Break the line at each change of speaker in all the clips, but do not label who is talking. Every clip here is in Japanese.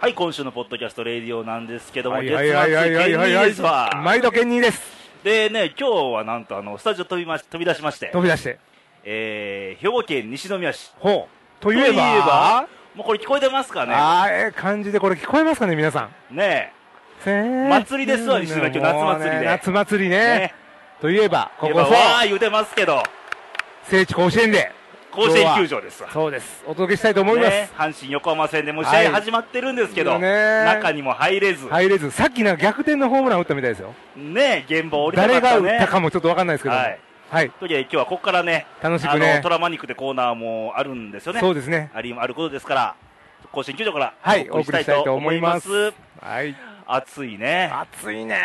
はい、今週のポッドキャストレディオなんですけども、
はい
月
はい
末
はいはいはいはい
権
は
利
い
ですわ。
毎度健人です
でね、今日はなんとあの、スタジオ飛びまし、飛び出しまして、
飛び出して
えー、兵庫県西宮市。
ほうといえば
といえばもうこれ聞こえてますかね
ああええ感じでこれ聞こえますかね皆さん
ね
せー
祭りですわ西村今日夏
もう
祭りで
ね夏祭りね
え。ね
といえばここ
言えば
そう
わー言うてますけど、
聖地甲子園で
甲子園球場ですわ。
そうですお届けしたいと思います、
ね阪神横浜戦でもう試
はい
合始まってるんですけど、
いいよね
中にも入れず、
入れずさっきなんか逆転のホームラン打ったみたいですよ、
ね現場降りたか
誰
っ
が
た
打っ
ね
た。かもちょっと分かんないですけども
はい
はい、
というわけで今日はここからね、
楽し
あ
く
の
ね
トラマニックでコーナーもあるんですよね。
そうですね
ありあることですから、甲子園球場から
はい
お送りしたいと思います。
お送はい
暑いね。
暑いね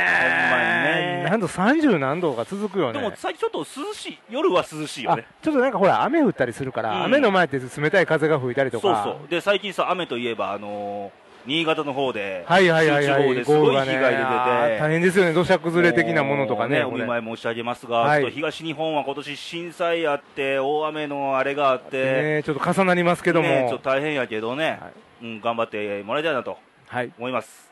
ほんまにね
何度30何度が続くよ
で
ね
も最近ちょっと涼しい、夜は涼しいよ
あ
ね。
ちょっとなんかほら雨降ったりするから、
うん
雨の前って冷たい風が吹いたり
そう
とか
そう。で最近さ雨といえばあのー新潟の方で
はいはいはいは
集中豪雨
い
ですごい被害出てて
あー大変ですよね土砂崩れ的なものとかね
もう
こ
お
れ
見舞い申し上げますが、
はい
ちょっと東日本は今年震災あって大雨のあれがあって、
ねちょっと重なりますけども、
ねちょっと大変やけどね、
は
う
い
ん頑張ってもらいたいなと
はい
思います。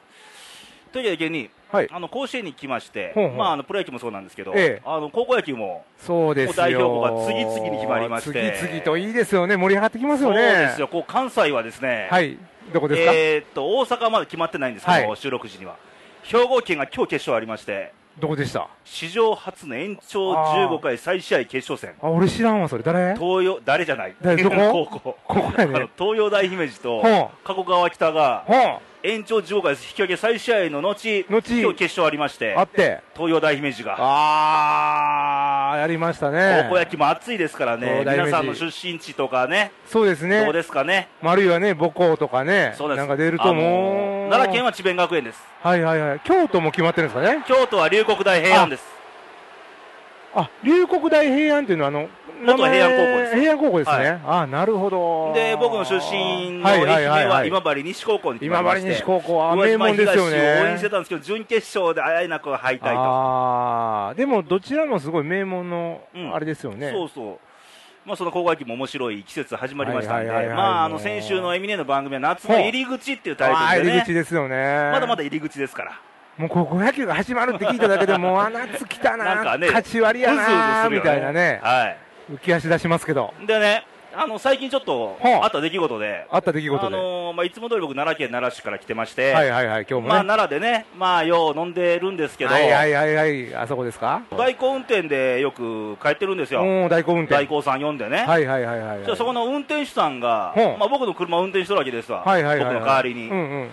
というわけでに
はい
あの甲子園に来まして、
ほうほう
まあ、あのプロ野球もそうなんですけど、
ええ
あの高校野球も
そうですよ
代表校が次々に決まりまして
次々といいですよね盛り上がってきます
そ
よ
う
ね
ですよ、こう関西はですね、
はいどこですか、
えーっと大阪はまだ決まってないんですけど、
はい
収録時には兵庫県が今日決勝ありまして
どこでした
史上初の延長15回再試合決勝戦
あ俺知らんわそれ誰
東洋誰じゃない
誰どこ
高校
ここや
あの
ね
東洋大姫路と
ほう
加古川北が
ほん
延長15回引き分け再試合の後今
後
日決勝ありまして
あって
東洋大姫路が
ああやりましたね
高校野球も熱いですからね
東洋大
皆
姫路
さんの出身地とかね
そうです
ど
ね
こですかね
まああるいはね母校とかね
そうです
なんか出る
あ
とも
の
う
奈良県は智弁学園です
はいはいはい京都も決まってるんですかね
京都は龍谷大平安です
あ龍谷大平安っていうのはあの
元平安高校です
平安高校ですね、
はい
あなるほど
で僕の出身の
は
愛
いはいはい
媛
は
はい今治西高校に決ま
今
りま
治
して
西高校は
宇和
名
島
門です
東を
よ
応援して
ね
たんですけど準決勝であやいなく敗退と
ああでもどちらもすごい名門の
うん
あれですよね、
そうそうまあその高校野球も面白い季節始まりましたんで
はいはいはいはい
まああの先週のエミネの番組は夏の入り口っていうタ
ああ
イトル
入
で
り
ね
口ですよね
まだまだ入り口ですから
もう高校野球が始まるって聞いただけでもうあ夏来たな
なんかね
勝ち割りやな
うずうずするよ
みたいなね
は
浮き足出しますけど
いでねあの最近ちょっと
ほう
あった出来事で
あった出来事で、
あのーまあいつも通り僕奈良県奈良市から来てまして
はいはいはい今日もね、
まあ奈良でねまあよう飲んでるんですけど
はいはいはいはいあそこですか
代行運転でよく帰ってるんですよ
おー代行運転
代行さん呼んでね、
はいはいはいはい
じゃあそこの運転手さんが
ほう、
まあ、僕の車を運転してるわけですわ、
はいはいはいはい
僕の代わりに、
うんうん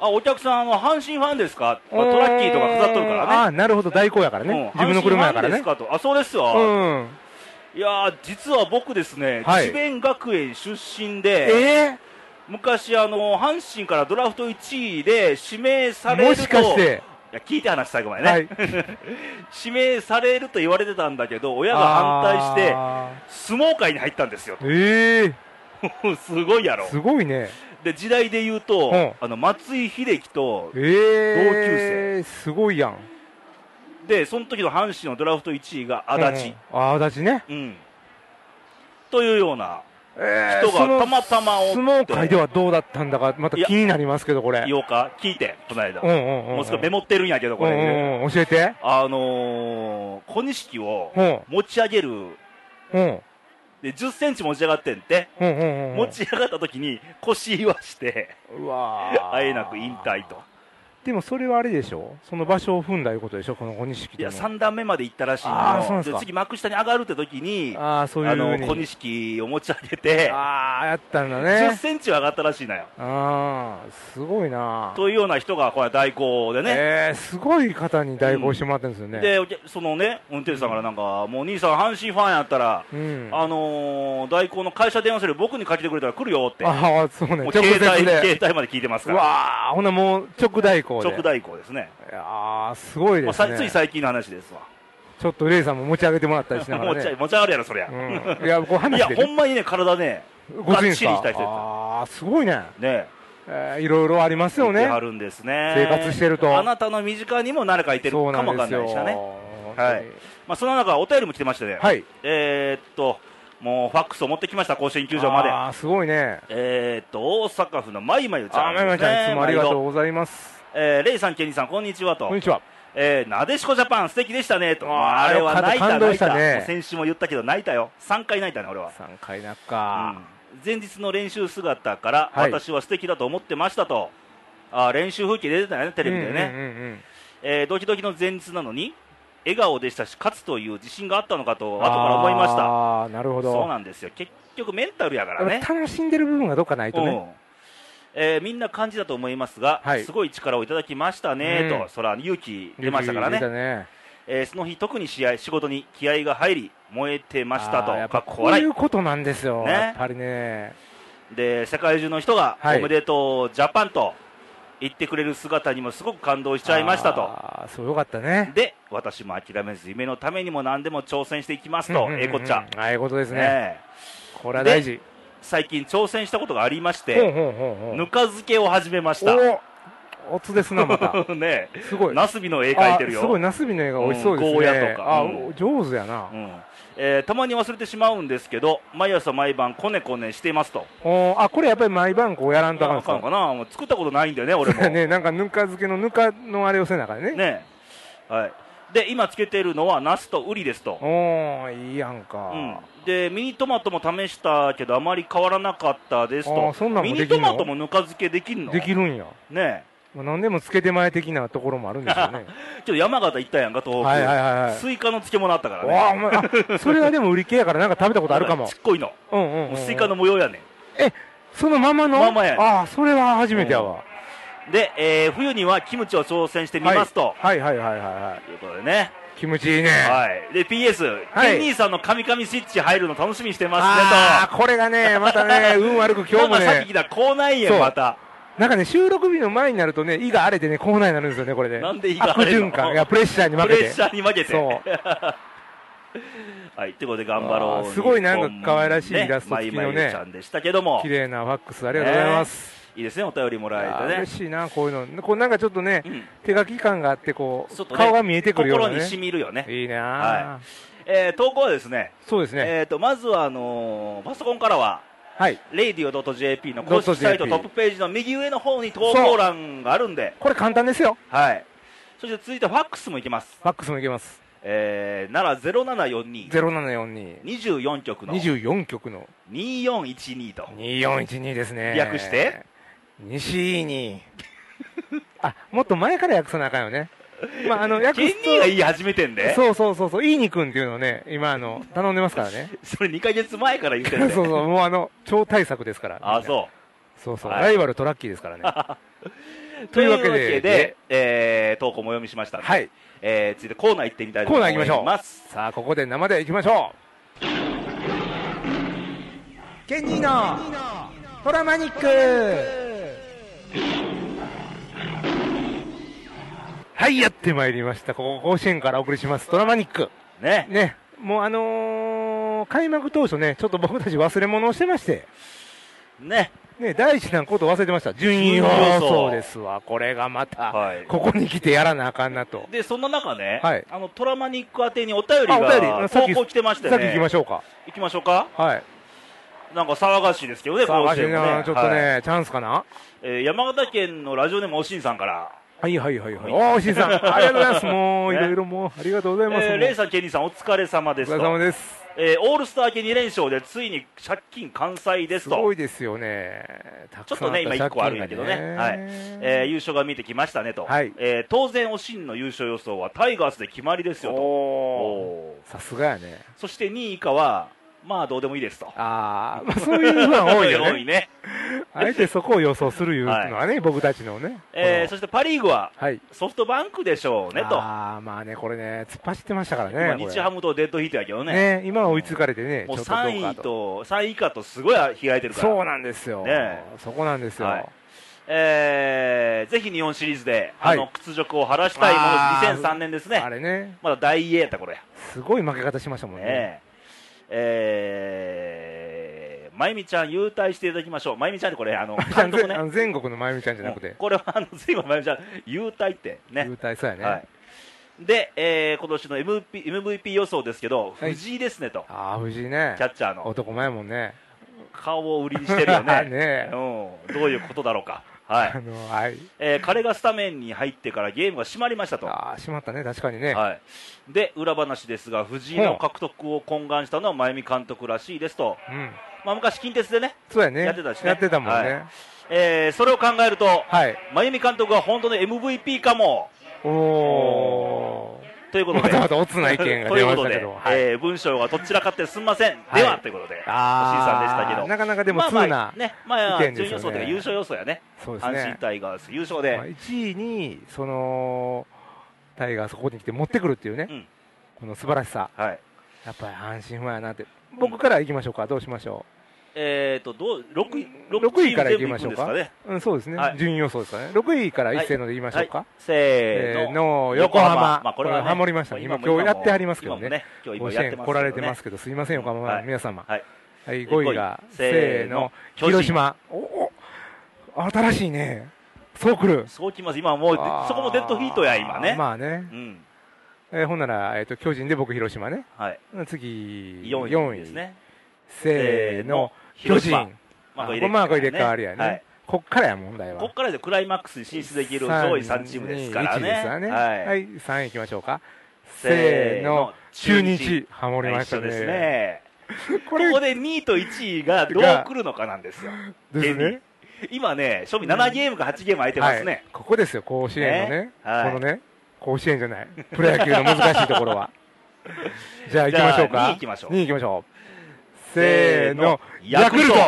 あお客さんは阪神ファンですか、まあ、トラッキーとか飾っとるか
あ
ら
あ
ね、
なるほど代行やから
うん
ね自分の車やから
阪神
ね
ファンですかと、あそうです
う
よ、
ん
いやー、実は僕ですね、
はい
智弁学園出身で、
え
昔あの、阪神からドラフト1位で指名さ
ー
れ
も
ると、
しかして
いや聞いて話、最後までね、
はい
指名されると言われてたんだけど、親が反対して、
あ
相撲界に入ったんですよ、
ーええ
すごいやろ。
すごいね
で時代で言うと、
うん
あの松井秀喜と
ええすごいやん
でその時の阪神のドラフト1位が足立、
うんうんあ足立ね
うんというような
え
人
ーそ
が
の
たまたまおって
相撲界ではどうだったんだかまた
いや
気になりますけどこれ
言おうか聞いてこの間、
うんうんうん
もうすぐメモってるんやけどこ
うん
れ、
うんうん教えて
あのー、小錦を
うん
持ち上げる
うん
で1 0ンチ持ち上がってんって、
うんうんうん
持ち上がった時に腰言わして
うわー
あえなく引退と
でもそれはあれでしょその場所を踏んだいうことでしょこの小錦
い
で
や
も
3段目まで行ったらしい
あーそうなん
の
す
で
か
次幕下に上がるって時にあ
ああそういうふう
の
に
小錦を持ち上げて
ああやったんだ
1 0
ね
センチは上がったらしいなよ。
ああすごいな
というような人がこれ代行でね、
えー、すごい方に代行してもらってるんですよね、
でお客そのね運転手さんからなんか、もう兄さん、阪神ファンやったら、
うん、あ
あのー代行の会社電話するより僕にかけてくれたら来るよって、も
あーそうね
う
直
携帯
接で
携帯まで聞いてます
う
から、
わあほなもう直代行で
直代行ですね、
いやーすごい
まあ
です
さ
ね、
つい最近の話ですわ、
ちょっとレイさんも持ち上げてもらったりしなが
持
ら
ち
ね
持ち上がるやろ、そりゃ、
うん、いやこ う
い
話
や、
で、
ほ
ね、
んまにね、体ね、
ごついんです
がっちりした
か
人
ああすごいね、
ね、
えー、いろいろありますよ
見て
ね
はるんですね、
生活してると
あなたの身近にも誰かいてるか
そう
も
な
わかん
んで
ない
すよ
しね、
本当に
はいまあ、その中、お便りも来てましてね、
はい
えーっと、もうファックスを持ってきました、甲子園球場まで。
あーすごいね。
えーっと、大阪府のまいまゆちゃ
あ
ん
まゆま
です、ね。
ちゃん、いつもありがとう
う。
ございます。
えーレイさん、ケニーさん、こんにちはと
こん。にちは。
えーなでしこジャパン、素敵でしたねと。
うわー
あれは泣いた、
感動
泣い
し
た。
たね
もう先週も言ったけど、泣いたよ。3回泣いたね、俺は。
3回中。
うん前日の練習姿から、
はい
私は素敵だと思ってましたと。あー練習風景出てたよね、テレビでね。
ね。
えードキドキの前日なのに笑顔でしたし勝つという自信があったのかと後から思いました
ああ、なるほど。
そうなんですよ結局メンタルやからね
楽しんでる部分がどっかないとね。
うんえーみんな感じだと思いますが、
はい
すごい力をいただきましたね、
うん
とそら勇気出ましたから
出
ね、えーその日特に試合仕事に気合が入り燃えてましたと
あーやっ
か
ぱ
っこ
こう
笑
いうことなんですよ。
ね
やっぱりね。
いで世界中の人が、
はい
おめでとうジャパンと言ってくれる姿にもすごく感動しちゃいましたと
あーそうよかったね。
で私も諦めず夢のためにも何でも挑戦していきます
うん
と、
うんうんうん
ええこっちゃ、
ああ、ええことですね。
ねえ
これは大事。
最近挑戦したことがありまし
ほう
て、
ほうほうほう
ぬか漬けを始めました。
おおおつですな、また。
ねえ
すごい。
ナスビの絵描いてる
あすごい、
よ。
ナスビの絵が美味しそうですね。
うんゴーヤとか
あ、
うん
上手やな
う。んえーたまに忘れてしまうんですけど、毎朝毎晩こねこねしていますと。
おーあ、これやっぱり毎晩こうやら
あ
んとあか
かん
んです
か
か
な、もう作ったことないんだよね、俺も。ね
ね、なんかぬか漬けのぬかのあれをせなあかんね。
えはい。で、今つけているのはナスとウリですと。
おーいいやんか。
うん、で、ミニトマトも試したけど、あまり変わらなかったです
あ
と
ー。そんなんも
ミ
できん
ニ
の
トマトもぬか漬けできるの
できるんや。
ね
まあ、何でもつけて前的なところもあるんですよ
え。
ね。
ちょっと山形行ったやんか、東北。
はいはいはいはい。
スイカの漬物あったからね。
わあ、お前、あそれはでも売り切れやからなんか食べたことあるかも
ち。っこいの。
うんうんうん、
もうスイカの模様やねん。
そのままの
ままやね
ああ、それは初めてやわ。
で、えー冬にはキムチを挑戦してみますと、
はいはいはいはいはい。
ということでね、
キムチいいね。
はい、で PS、
はい
ケニーさんのカミカミスイッチ入るの楽しみにしてます
あ
ね
あ、これがね、また ね、運悪く
と、
今日も
なんかさっ
ね
き、来た口内
そ
炎、
う
また、
なんかね、収録日の前になるとね、胃が荒れてね、口内になるんですよね、これで。
なんで胃が荒れるの
悪循環。いや、プレッシャーに負
プ
けて。
レッシャーに負けて、
そう。
はい、ということで、頑張ろ
あー
う、
すごい
日本
なんか可愛らしいイラスト付きの
ま
ね
いまいちゃんでしたけども
綺、麗なファックスありがとうございます。
いいですね、お便りも
い
ら
や
え
嬉
てね。
しいな、こういうの。こうなんかちょっとね、
うん
手書き感があって、こ
ちょ
う
っと、ね
顔が見えてくるような
心に
ね。
しみるよね、
いいなあ
えー投稿はですね、
そうですね。
えー、とまずはあのーパソコンからは
はい。
radio.jp の公式サイト
.jp
トップページの右上の方に投稿欄があるんで、
これ簡単ですよ。
はい、そして続いてファックスもいきます、
ファックスもいけます。
えー、奈良0742 24
0742。
局の
24局の
2412と
2412ですね。
略して
西に。あ、もっと前から訳さなあかんよね。まあ、あの、訳
ケニ
すと。
ーが言い始めてんで
そうそうそうそう、いいにくんっていうのをね、今、あの、頼んでますからね。
それ2ヶ月前から言ってん
そう
で
そう、もうあの、超大作ですから。
あ
う。
そ
そうそう、
はい
ライバルトラッキーですからね。
う
というわけで
えー投稿も読みしましたんで、
はい。
えー続いてコーナー行ってみたいと思います
コーナー行きまさあ、ここで生で行きましょう。ケニーのトラマニックはい、やってまいりました。ここ、甲子園からお送りします。トラマニック。
ね
ね、もうあのー開幕当初ね、ちょっと僕たち忘れ物をしてまして、
ね
ね、第一弾こと忘れてました。順位予想ですわ。これがまた、
はい
ここに来てやらなあかんなと。
でそんな中ね、
はい
あのトラマニック宛てにお便り
あお便
が
りさっ
投
き
稿来てましてね
さっき行きましょうか。
行きましょうか
はい。
なんか騒がしいですけどね、
さあ、
甲
わ
子
し
園も
な、ちょっと
はい
ね、チャンスかな
えー山形県のラジオネームおしんさんから、
はいはいはいはい。おー、しんさん、ありがとうございます。もう、い
ね
ろいろもう、ありがとうございます。
え
も
ー
う
レイさん、ケニーさん、お疲れ様で
お疲
す
れ
と
様です。
えーオールスター明け2連勝でついに借金完済です
す
と
ごいですよね。たくさん
ちょっと
あた
ね今一個あるんやけどね
借金が
はいえー優勝が見えてきましたねと、
はい
えー当然、おしんの優勝予想はタイガースで決まりですよと、
おー
おー
さすがやね。
そして2位以下は、まあどうでもいいですと、
あー、 まあ、そういう不安多いよ
多い
ね。
ね
あえてそこを予想するいうのはね、僕たちのね。
えー
こ
そしてパ・リーグは
のはい。
ソフトバンクでしょうねと、
ああ、まあね、これね、突っ走ってましたからね。
今、
これ
日ハムとデッドヒートやけどね。
ね、今は追いつかれてね、
もう
ちょっとどうか
3位と3位以下とすごい開いてるから
そうなんですよ。
ね
そこなんですよ。
はいえーぜひ日本シリーズで、
はい
あの屈辱を晴らしたいも
あー
の2003年です
あ
ね
れね、
まだ大栄やったこれね
すごい負け方しましたもんね。
ええーまゆみちゃん優待していただきましょうまゆみちゃんってこれあの 監督ね
あの全国のまゆみちゃんじゃなく
うん
て、
これはあの随分まゆみちゃん優待ってね
優待そうやね、
はいで、えー今年の MVP, MVP 予想ですけど、
はい
藤井ですねと、
ああ、藤井ね
キ。ャッチャーの
男前もんね。
顔を売りにしてるよね
ねえ
うん、どういうことだろうか、は
あ
い
の、はい。
えー彼がスタメンに入ってからゲームが締まりましたと、は
ああ、しまったね、確かにね。
い、で裏話ですが藤井の獲得を懇願したのは真由美監督らしいですと、
うん。
まあ、昔、近鉄でね、
そうやね。
やってたしね
やってたもんね。
えーそれを考えると、
はい。
真由美監督は本当の MVP かも
おお。
という こと
ま
で。
たまたオツな意見が
と
出
いう
ま
こと
したけ
で、
ど。はい。
えー文章がどちらかってすみません、
はい
ではということで、
あ
おじいさんでしたけど
なかなかでも
まあ
通
まあ
な、
ね、まあ、
意見ですよ
準予
ね
想というか優勝予想やね、
そうです
阪神
ね。
タイガース優勝
まあ、
で、
1位に、その、タイガースここに来て持ってくるっていうね、
うん
この素晴らしさ、
はい
やっぱり阪神ファンやなって、僕から行きましょうか、どうしましょ
えー、とどう 6, 位
六位から
い
いきましょうか
ね、
う、うん、そうですね、
はい
順位予想ですかね、6位から一斉ので言いましょうか、
せ
え
ー
ー
の、
の横浜、
まあ、
こ
こ
れ
れは、ね、
ハモりましたね、今、
も
今日やって
も
はりますけど
今も
ね、
今日
甲
今
子
やって
園
ます
来られてますすけど、すいません、横浜
は
の
い
皆様、
はい
はい、5位が、
せー
せー
の
の、
巨人
広島、おお、新しいね、そう来る、
そうきます今もうで
あー
そこもデッドヒートや今ね、
まあね
うん
えーほんなら、えー、と巨人で僕、広島ね、
はい、
次、
4位
四
ですね
せーの、巨人、
まあ
あ
これ
ここまあこれ入れ替わりやね
はい
こっからや、問題は。
ここからでクライマックスに進出できる上位3チームですからね
321ですわね
はい
はい、3位いきましょうか、せーの、中日、ハモりまし
一
た
緒です
ね、
ね
こ
こ
れ
こで2位と1位がどう来るのかなんですよ
です
現に
ね、
今ね、賞味7ゲームか8ゲーム空いてます
はい
ね。、
ここですよ、甲子園のね、
はい
このね、甲子園じゃない、プロ野球の難しいとこ ろは。じゃあ行きましょう
じゃあ
か。
二位行きましょう
二位行きましょうせーの、ヤクル
お
ト
ー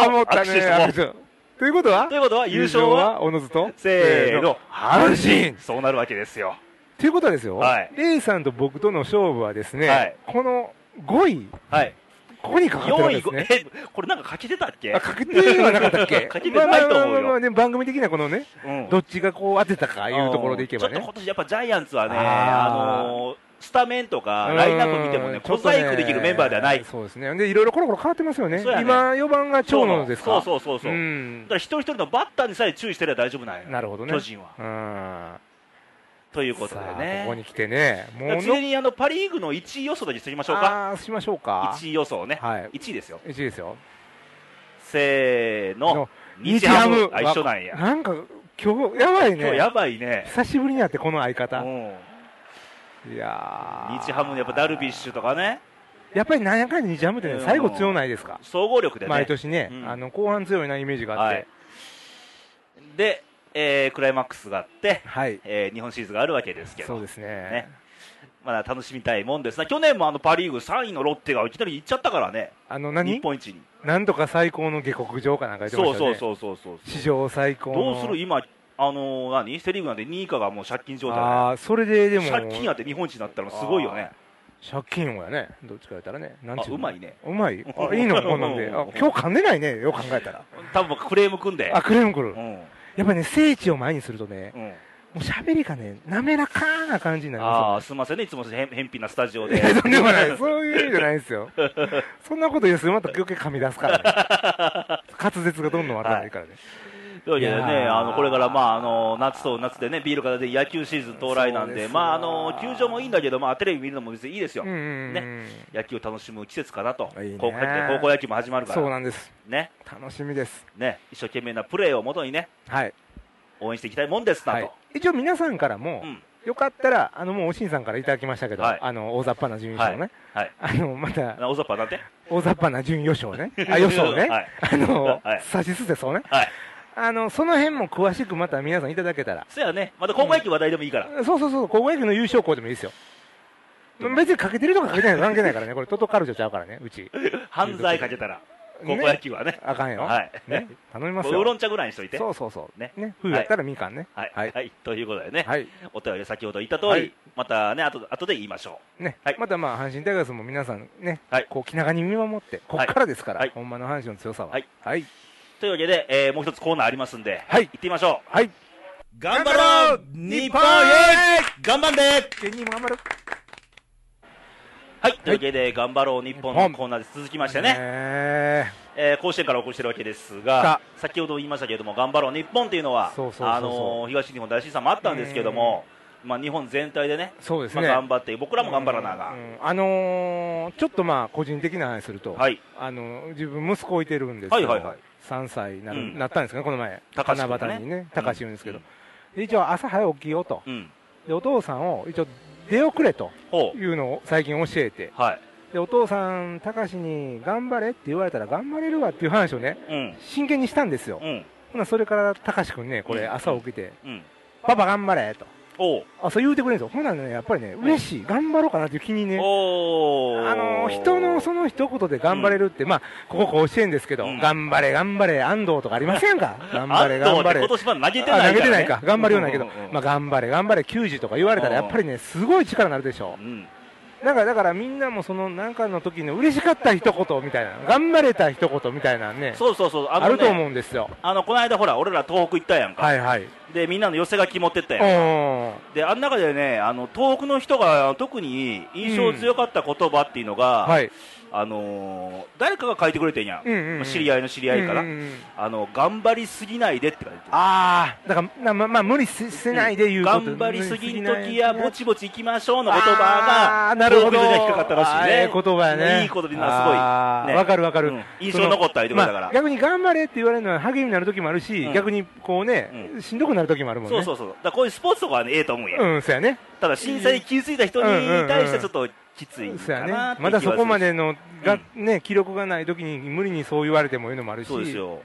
ハモった
握手し
ね、
ても
ヤクルトということは
ということは優勝は
おのずと
せーの、
阪神
そうなるわけですよ。
ということはですよ、
はい
レイさんと僕との勝負はですね、
はい
この5位、
はい。
ここにかかってるん
4
で
位、
す
ご
ね。
え、これなんか書けてたっけ
あ確定ではなかった っけ
確定じゃないと思うよ
まあまあまあまあね、番組的なこのね、
うん
どっちがこう当てたかいうところでいけば
ちょっと
ね
今、年やっぱジャイアンツはね、あ
あー
のー、スタメンとかラインナップ見ても
う
ね、
ん
小細工できるメンバーではな
ちょ
い
っ。とねそうですね。で、いろいろコロコロ変わってますよね。
そうやね
今、4番が長野ですか
そうそうそうそう。だ
ん
から一人一人のバッターにさえ注意してれば大丈夫なんよ。
なるほどね。
巨人は。
うん。
ということで
さあ
ね。
ここに来てね、も
だから
う
ついでにあのパ・リーグの1位予想だけしておきましょうか、
あーしましょうか。
1位予想ね、
はい。
1位ですよ、
1ですよ。
せーの
の、
日ハム、
日ハ
あ
ム
一緒なんや、
なんか、今日、やばい
今日
ね。
やばいね、
久しぶりにやって、この相
うん
方。いやー
日ハムのやっぱダルビッシュとかね、
やっぱりなんやかんや日ハムって
う
ね
ん
最後強ないですか、
総合力でね、
毎年ね、
うん
あの後半強いなイメージがあっ
は
て
い、、で、えークライマックスがあって、
はい、
えー日本シリーズがあるわけですけ
そう
ど
で、すね
ねまだ楽しみたいもんですな、去年もあのパ・リーグ3位のロッテがいきなり行っちゃったからね、
あの
日
何、
本一に、
なんとか最高の下克上かなんか言ってま
そ
し
う
たよ
そう
ね、
そうそうそう、
史上最高の、
どうする、今、あのー何、セ・リーグなんで2位以下がもう借金状態だね
あーそれででも、
借金あって日本一になったのすごいよね。
借金王やね、どっちか言ったらね、なん
あ
ちゅ
うまいね。
うまい、あい いの、こんなんで、あ今日噛んでないね、よく考えたら、
多分クレーム組んで。
あクレーム来る
う、ん。
やっぱりね、聖地を前にするとね、
うん。
もう喋りがね、滑らかな感じになりますよね
ああ、すみませんね。いつもへん 偏僻なスタジオ
い
で。
やとんでもない、そういう意味じゃないですよ。そんなこと言うと、また余計噛み出すからね。滑舌がどんどん悪くなるからね。
というわけで
い
ね、
やー
あの、これから、まあ、あの、夏と夏でね、ビールからで野球シーズン到来なん
そ
で、
うですよ
まあ、あの、球場もいいんだけど、まあ、テレビ見るのも別にいいですよ
うん。うんうん
野球を楽しむ季節かなと。
いいね
高校高校野球も始まるか
そう
ら。
なんです。
ね。
楽しみです。
ね。一生懸命なプレーをもとにね、
はい。
応援していきたいもんです
は
ないと。、
一応皆さんからも、
うん
よかったら、あの、もうおしんさんからいただきましたけど、
はい
あの、大雑把な順位予想ね。
はい
あの、また、
なおざっぱなんて
大雑把な順位予想ね。あ、予想ね。
はい。
あの、
はい
差し捨てそうね。
はい。
あの、その辺も詳しくまた皆さんいただけたら。
そやね。また高校野球話題でもいいから。
そうそうそう、高校野球の優勝校でもいいですよ。別にかけてるとかかけてないと関係ないからね、これ、トトカルチョちゃうからね、うち。
犯罪かけたら、高校野球はね。
あかんよ。
はい。
ね、頼みます
ウー
よ。
ロン茶ぐらいにしといて。
そうそうそう。
ね
ね。冬やったらみかんね。
はい、は
はいい
ということでね、
はい。
お便り先ほど言った通り、
はい
またね、あと後で言いましょ
ね
はい。
またまあ、阪神タイガースも皆さんね
はい、
こう、気長に見守って、こっからですか
は
ら
い、
ほんまの阪神の強さは。
は
はいい。はい。
う。というわけで、えーもう一つコーナーありますんで、
はい
行ってみましょう。
はい。
頑
張ろう日本へ
頑張んで
芸人も頑張る。
はい、というわけで、頑張ろう日本のコーナーで続きましてね、
ね。
えー甲子園からお送りしてるわけですが
さ、
先ほど言いましたけれども、頑張ろう日本っていうのは、
そうそうそうそう
あのー東日本大震災もあったんですけども、まあ、日本全体でね、
そうです
まあ、
ね、
頑張って、僕らも頑張らなあか。
うんんうんあのーちょっとまあ個人的な話すると、
はい、
あの自分、息子置いてるんですけど、
はいはいはい
3歳になる、
うん
なったんですかね、この前、
高橋君ね
七夕にね、高橋言うんですけど、
うん
で一応、朝早起きよと
うん、
で、お父さんを一応、出遅れと
ほう、
いうのを最近教えて、
はい、
でお父さん、高橋に頑張れって言われたら頑張れるわっていう話をね、
うん、
真剣にしたんですよ、
うん、
ほなそれから高橋君ね、これ、
うん
朝起きて、
うん、
パパ頑張れと、
おう、
あそう言うてくれるんですよ、ほなね、やっぱりね、嬉しい、頑張ろうかなっていう気にね。
おー
あの人のその一言で頑張れるって、まあ、ここ甲子園ですけど、
うん
頑張れ、頑張れ、安藤とかありませんか、頑張れ、
安藤っ
頑
て
張れ、
今年まだ投げてない
あ
から、ね、
投げてないか、頑張るようだけど、
んんん
まあ、頑張れ、頑張れ、球児とか言われたら、
うん
やっぱりね、すごい力になるでしょ
うん、
う、だからだからみんなもそのなんかの時の嬉しかった一言みたいな、頑張れた一言みたいなね、
そうそうそう、あ
あ
の、ね、
ると思うんですよ、
あのこの間、ほら、俺ら東北行ったやんか、
はいはい、
でみんなの寄せ書き持ってったやんか
うん
であの中でねあの東北の人が特に印象強かった言葉っていうのが、
はい、
あのー誰かが書いてくれてんや、
うんうんうん
知り合いの知り合いから、
うんうんうん
あの頑張りすぎないでって書いてあ
ああ、だからな、まあまあ、無理ししないで言うこと、
頑張りすぎん
無理し
時
ない
やぼちぼち行きましょうの言葉が
あーなるほど
東北人には引っかかったらしいね
あーええ言葉やね
いいことにな
あ
す
ー
ごいね
わかるわかる
うん印象に残ったりとかだから、
まあ、逆に頑張れって言われるのは励みになる時もあるし、
うん
逆にこうね、しんどくなる時もあるもんね
そうそうそうだからこういうスポーツとかはねええと思うんや、
うんそうやね
ただ震災に気づいた人に対してはちょっときつい
そう
か
やね
なって気
ま
は
だ
す
そ
る
こまでのが、ね記録がない時に無理にそう言われてもいうのもあるし
そうですよ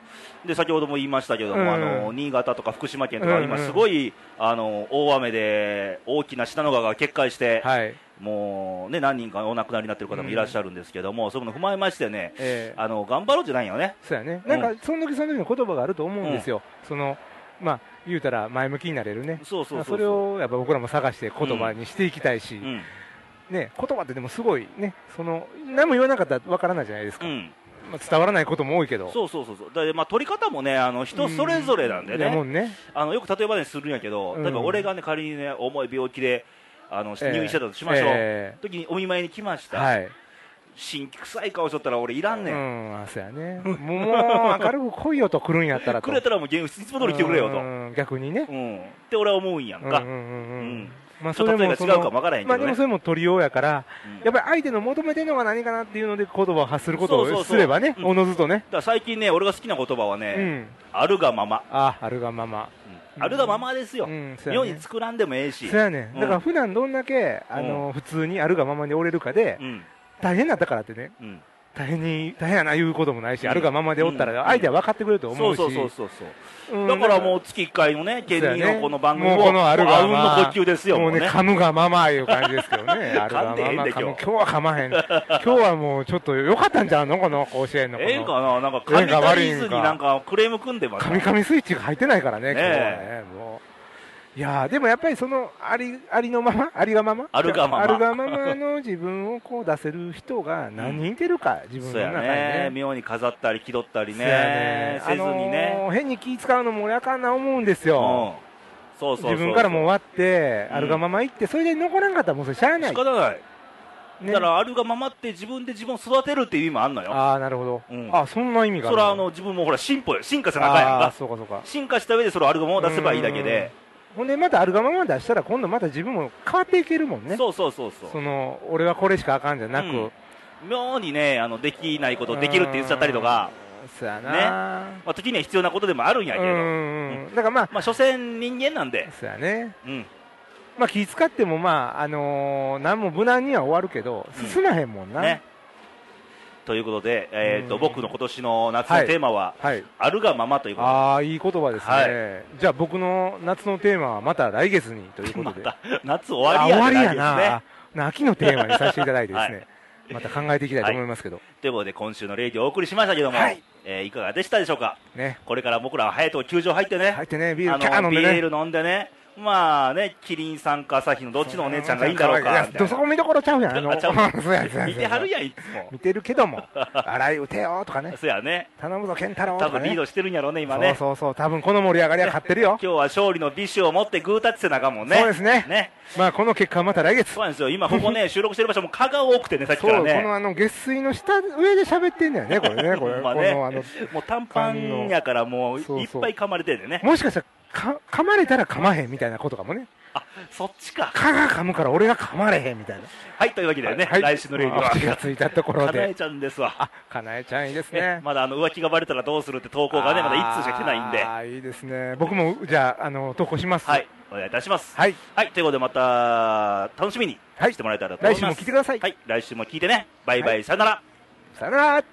で先ほども言いましたけども、
うん
あの新潟とか福島県とか、
うんうん
今、すごいあの大雨で大きな信濃川が決壊して、
はい、
もう、ね、何人かお亡くなりになっている方もいらっしゃるんですけども、そういうのを踏まえましてね
えー
あの頑張ろうじゃないよね、
そうやね
う
なんんかその時その時の言葉があると思うんですよ、そのまあ言うたら前向きになれるね
そうそうそうう
れをやっぱ僕らも探して言葉にしていきたいし、
うん
ね、言葉ってでもすごいねその何も言わなかったらわからないじゃないです
う
か、
ん、
まあ、伝わらないことも多いけど
そうそうそうそう、だまあ、取り方もねあの人それぞれなんで
いや
ね、
もうね
あのよく例えばにするんやけど、
うん
例えば俺が、ね、仮に、ね、重い病気であの
えー
入院してたとしましょう、
え
時にお見舞いに来まし
ー
た、
はい、
新規臭い顔しとったら俺いらんねん。
うんあそうやねもうもう明るく来いよと来るんやったらと
くれたらもう現実いつも通り来てくれよと、うん
うん逆にね
って俺は思うんやん
うん
か、
うんうんう
うんん
まあ
ちょっと例えが違うかも分からへん
ま
けど
あでも
ね
そ、れも取りようやから
うん
やっぱり相手の求めてるのが何かなっていうので言葉を発すること
そうそうそ
を
う
すればね
うん
おのずとね
だから最近ね俺が好きな言葉は
う
ね、
ん
あるがまま、
ああるがまま
うんあるがままですよ、
うんそうや
妙
ね
に作らんでもええし
そうやね
うん
だから普段どんだけあの普通にあるがままに折れるかで
うん
大変だったからってね
うん、
大変に大変やな言うこともないし、
うん
あるがままでおった
うん
ら相手は分かってくれると
そ
思う
う
し、
そうそうそうそう
うん
だからもう月1回のね県
そうやね
民のこの番組を
もうこのあるがまま
もうあうんの呼吸ですよ
もうね
もうね
噛むがままいう感じです けどねある
噛ん
が
でへん
ま
で
ま
今日
噛む今日は噛まへん今日はもうちょっと良かったんじゃんのこの甲子園のこの
ええんかななんか
ええんか
カ
悪
ミ
い
リ
ん
ー
か
ズになんかクレーム組んでます
カミカミスイッチが入ってないからね
ね
今日はねもういやーでもやっぱりそのありありのままありがまま
あるがまま
あるがままの自分をこう出せる人が何人いてるか、自分
そう
の
や
中に
ね
ね
妙に飾ったり気取ったりね
そうやね
せずに
あ
ね、
のー変に気使うのも俺あかんな思うんですよ、
うんそうそうそうそう
自分からも終わって、
うん
あるがまま行って、それで残らんかったらもうそれしゃあない。
仕方ない、
ね
だからあるがままって自分で自分を育てるっていう意味もあんのよ
ああ、なるほど。
うん
あそんな意味が
そ
る
れはあの自分もほら進歩よ進化せなあかんやん
あー
か
そうかそうか。
進化した上でそれをあるがままを出せばいいだけで
ほんで、またあるがまま出したら、今度また自分も変わっていけるもんね。
そうそうそうそう
その、俺はこれしかあかんじゃなく。
うん妙にねあのできないことできるって言っちゃったりとか、
うん。そうやな。
まあ、時には必要なことでもあるんやけ
う
ど、
ん。だからまあ、
まあ所詮人間なんで、
そうやね。
うん、
まあ気使ってもまあ、あのー何も無難には終わるけど
うん、
進まへんもんな。
ねということで、えーと
うん
僕の今年の夏のテーマは
はい。
「あるがまま」ということで
ああ、いい言葉ですね、じゃあ僕の夏のテーマはまた来月にという こ
ま
とで。
た夏終わりや
あ終わり
な
や
いですね
な。な秋のテーマにさせていただいてですね、
は
また考えていきたいと思いますけど、
ということで今週のレイディをお送りしましたけども、
はい
いえーいかがでしたでしょうか
ね。
これから僕らは早いとこ球場入ってね、
入ってね、ビー
あ
ルキャー飲
の
ん
ビ
でね。
ール飲んでねまあねキリンさんか朝日のどっちのお姉ちゃんがいいんだろう
い
か
や
みたい
どそこ見どころちゃうやん。あの、
ちゃう
そうやそう
な
や
見てはるやんいつも
見てるけども、 荒い打てよとかね、
そやね
頼むぞ、健太郎
多
とか
分リー
ね。
ドしてるんやろうね今ね
そうそうそう、多分この盛り上がりは勝って るよ。
今日は勝利の美酒を持ってグータッチせなあかんもんね
そうですね
ね
まあこの結果はまた来月。
そうなんですよ今ここ ね収録してる場所も蚊が多くてねさっき
そ
か
う、
ら
こ
ね
のあの、月水の下、上で喋ってんだよね、これ ね、これ。
ほん
こ
まね
のあの、
もう短パンやからもういっ
そうそう
ぱい噛まれてるね
もしかしたらか噛まれたら噛まへんみたいなことかもね
そっちか。
蚊が噛むから俺が噛まれへんみたいな。
はい、というわけでね、
はい
来週のレイディオは
あ気がつい たところ
かなえ
で。
ちゃんですわ。
あ、かなえちゃんいいです
ね
ね。
まだあの浮気がバレたらどうするって投稿がね、まだ1通しか来てないんで、
あーいいですね。僕も、じゃあ、あの、投稿します。
はい。、お願いいたします。
はい。
はい、ということでまた楽しみに
はい
してもらえたらと思い
来週
ま
も
す。
聞いてください。
はい、来週も聞いてね。バイバイ、さよなら。
さよなら。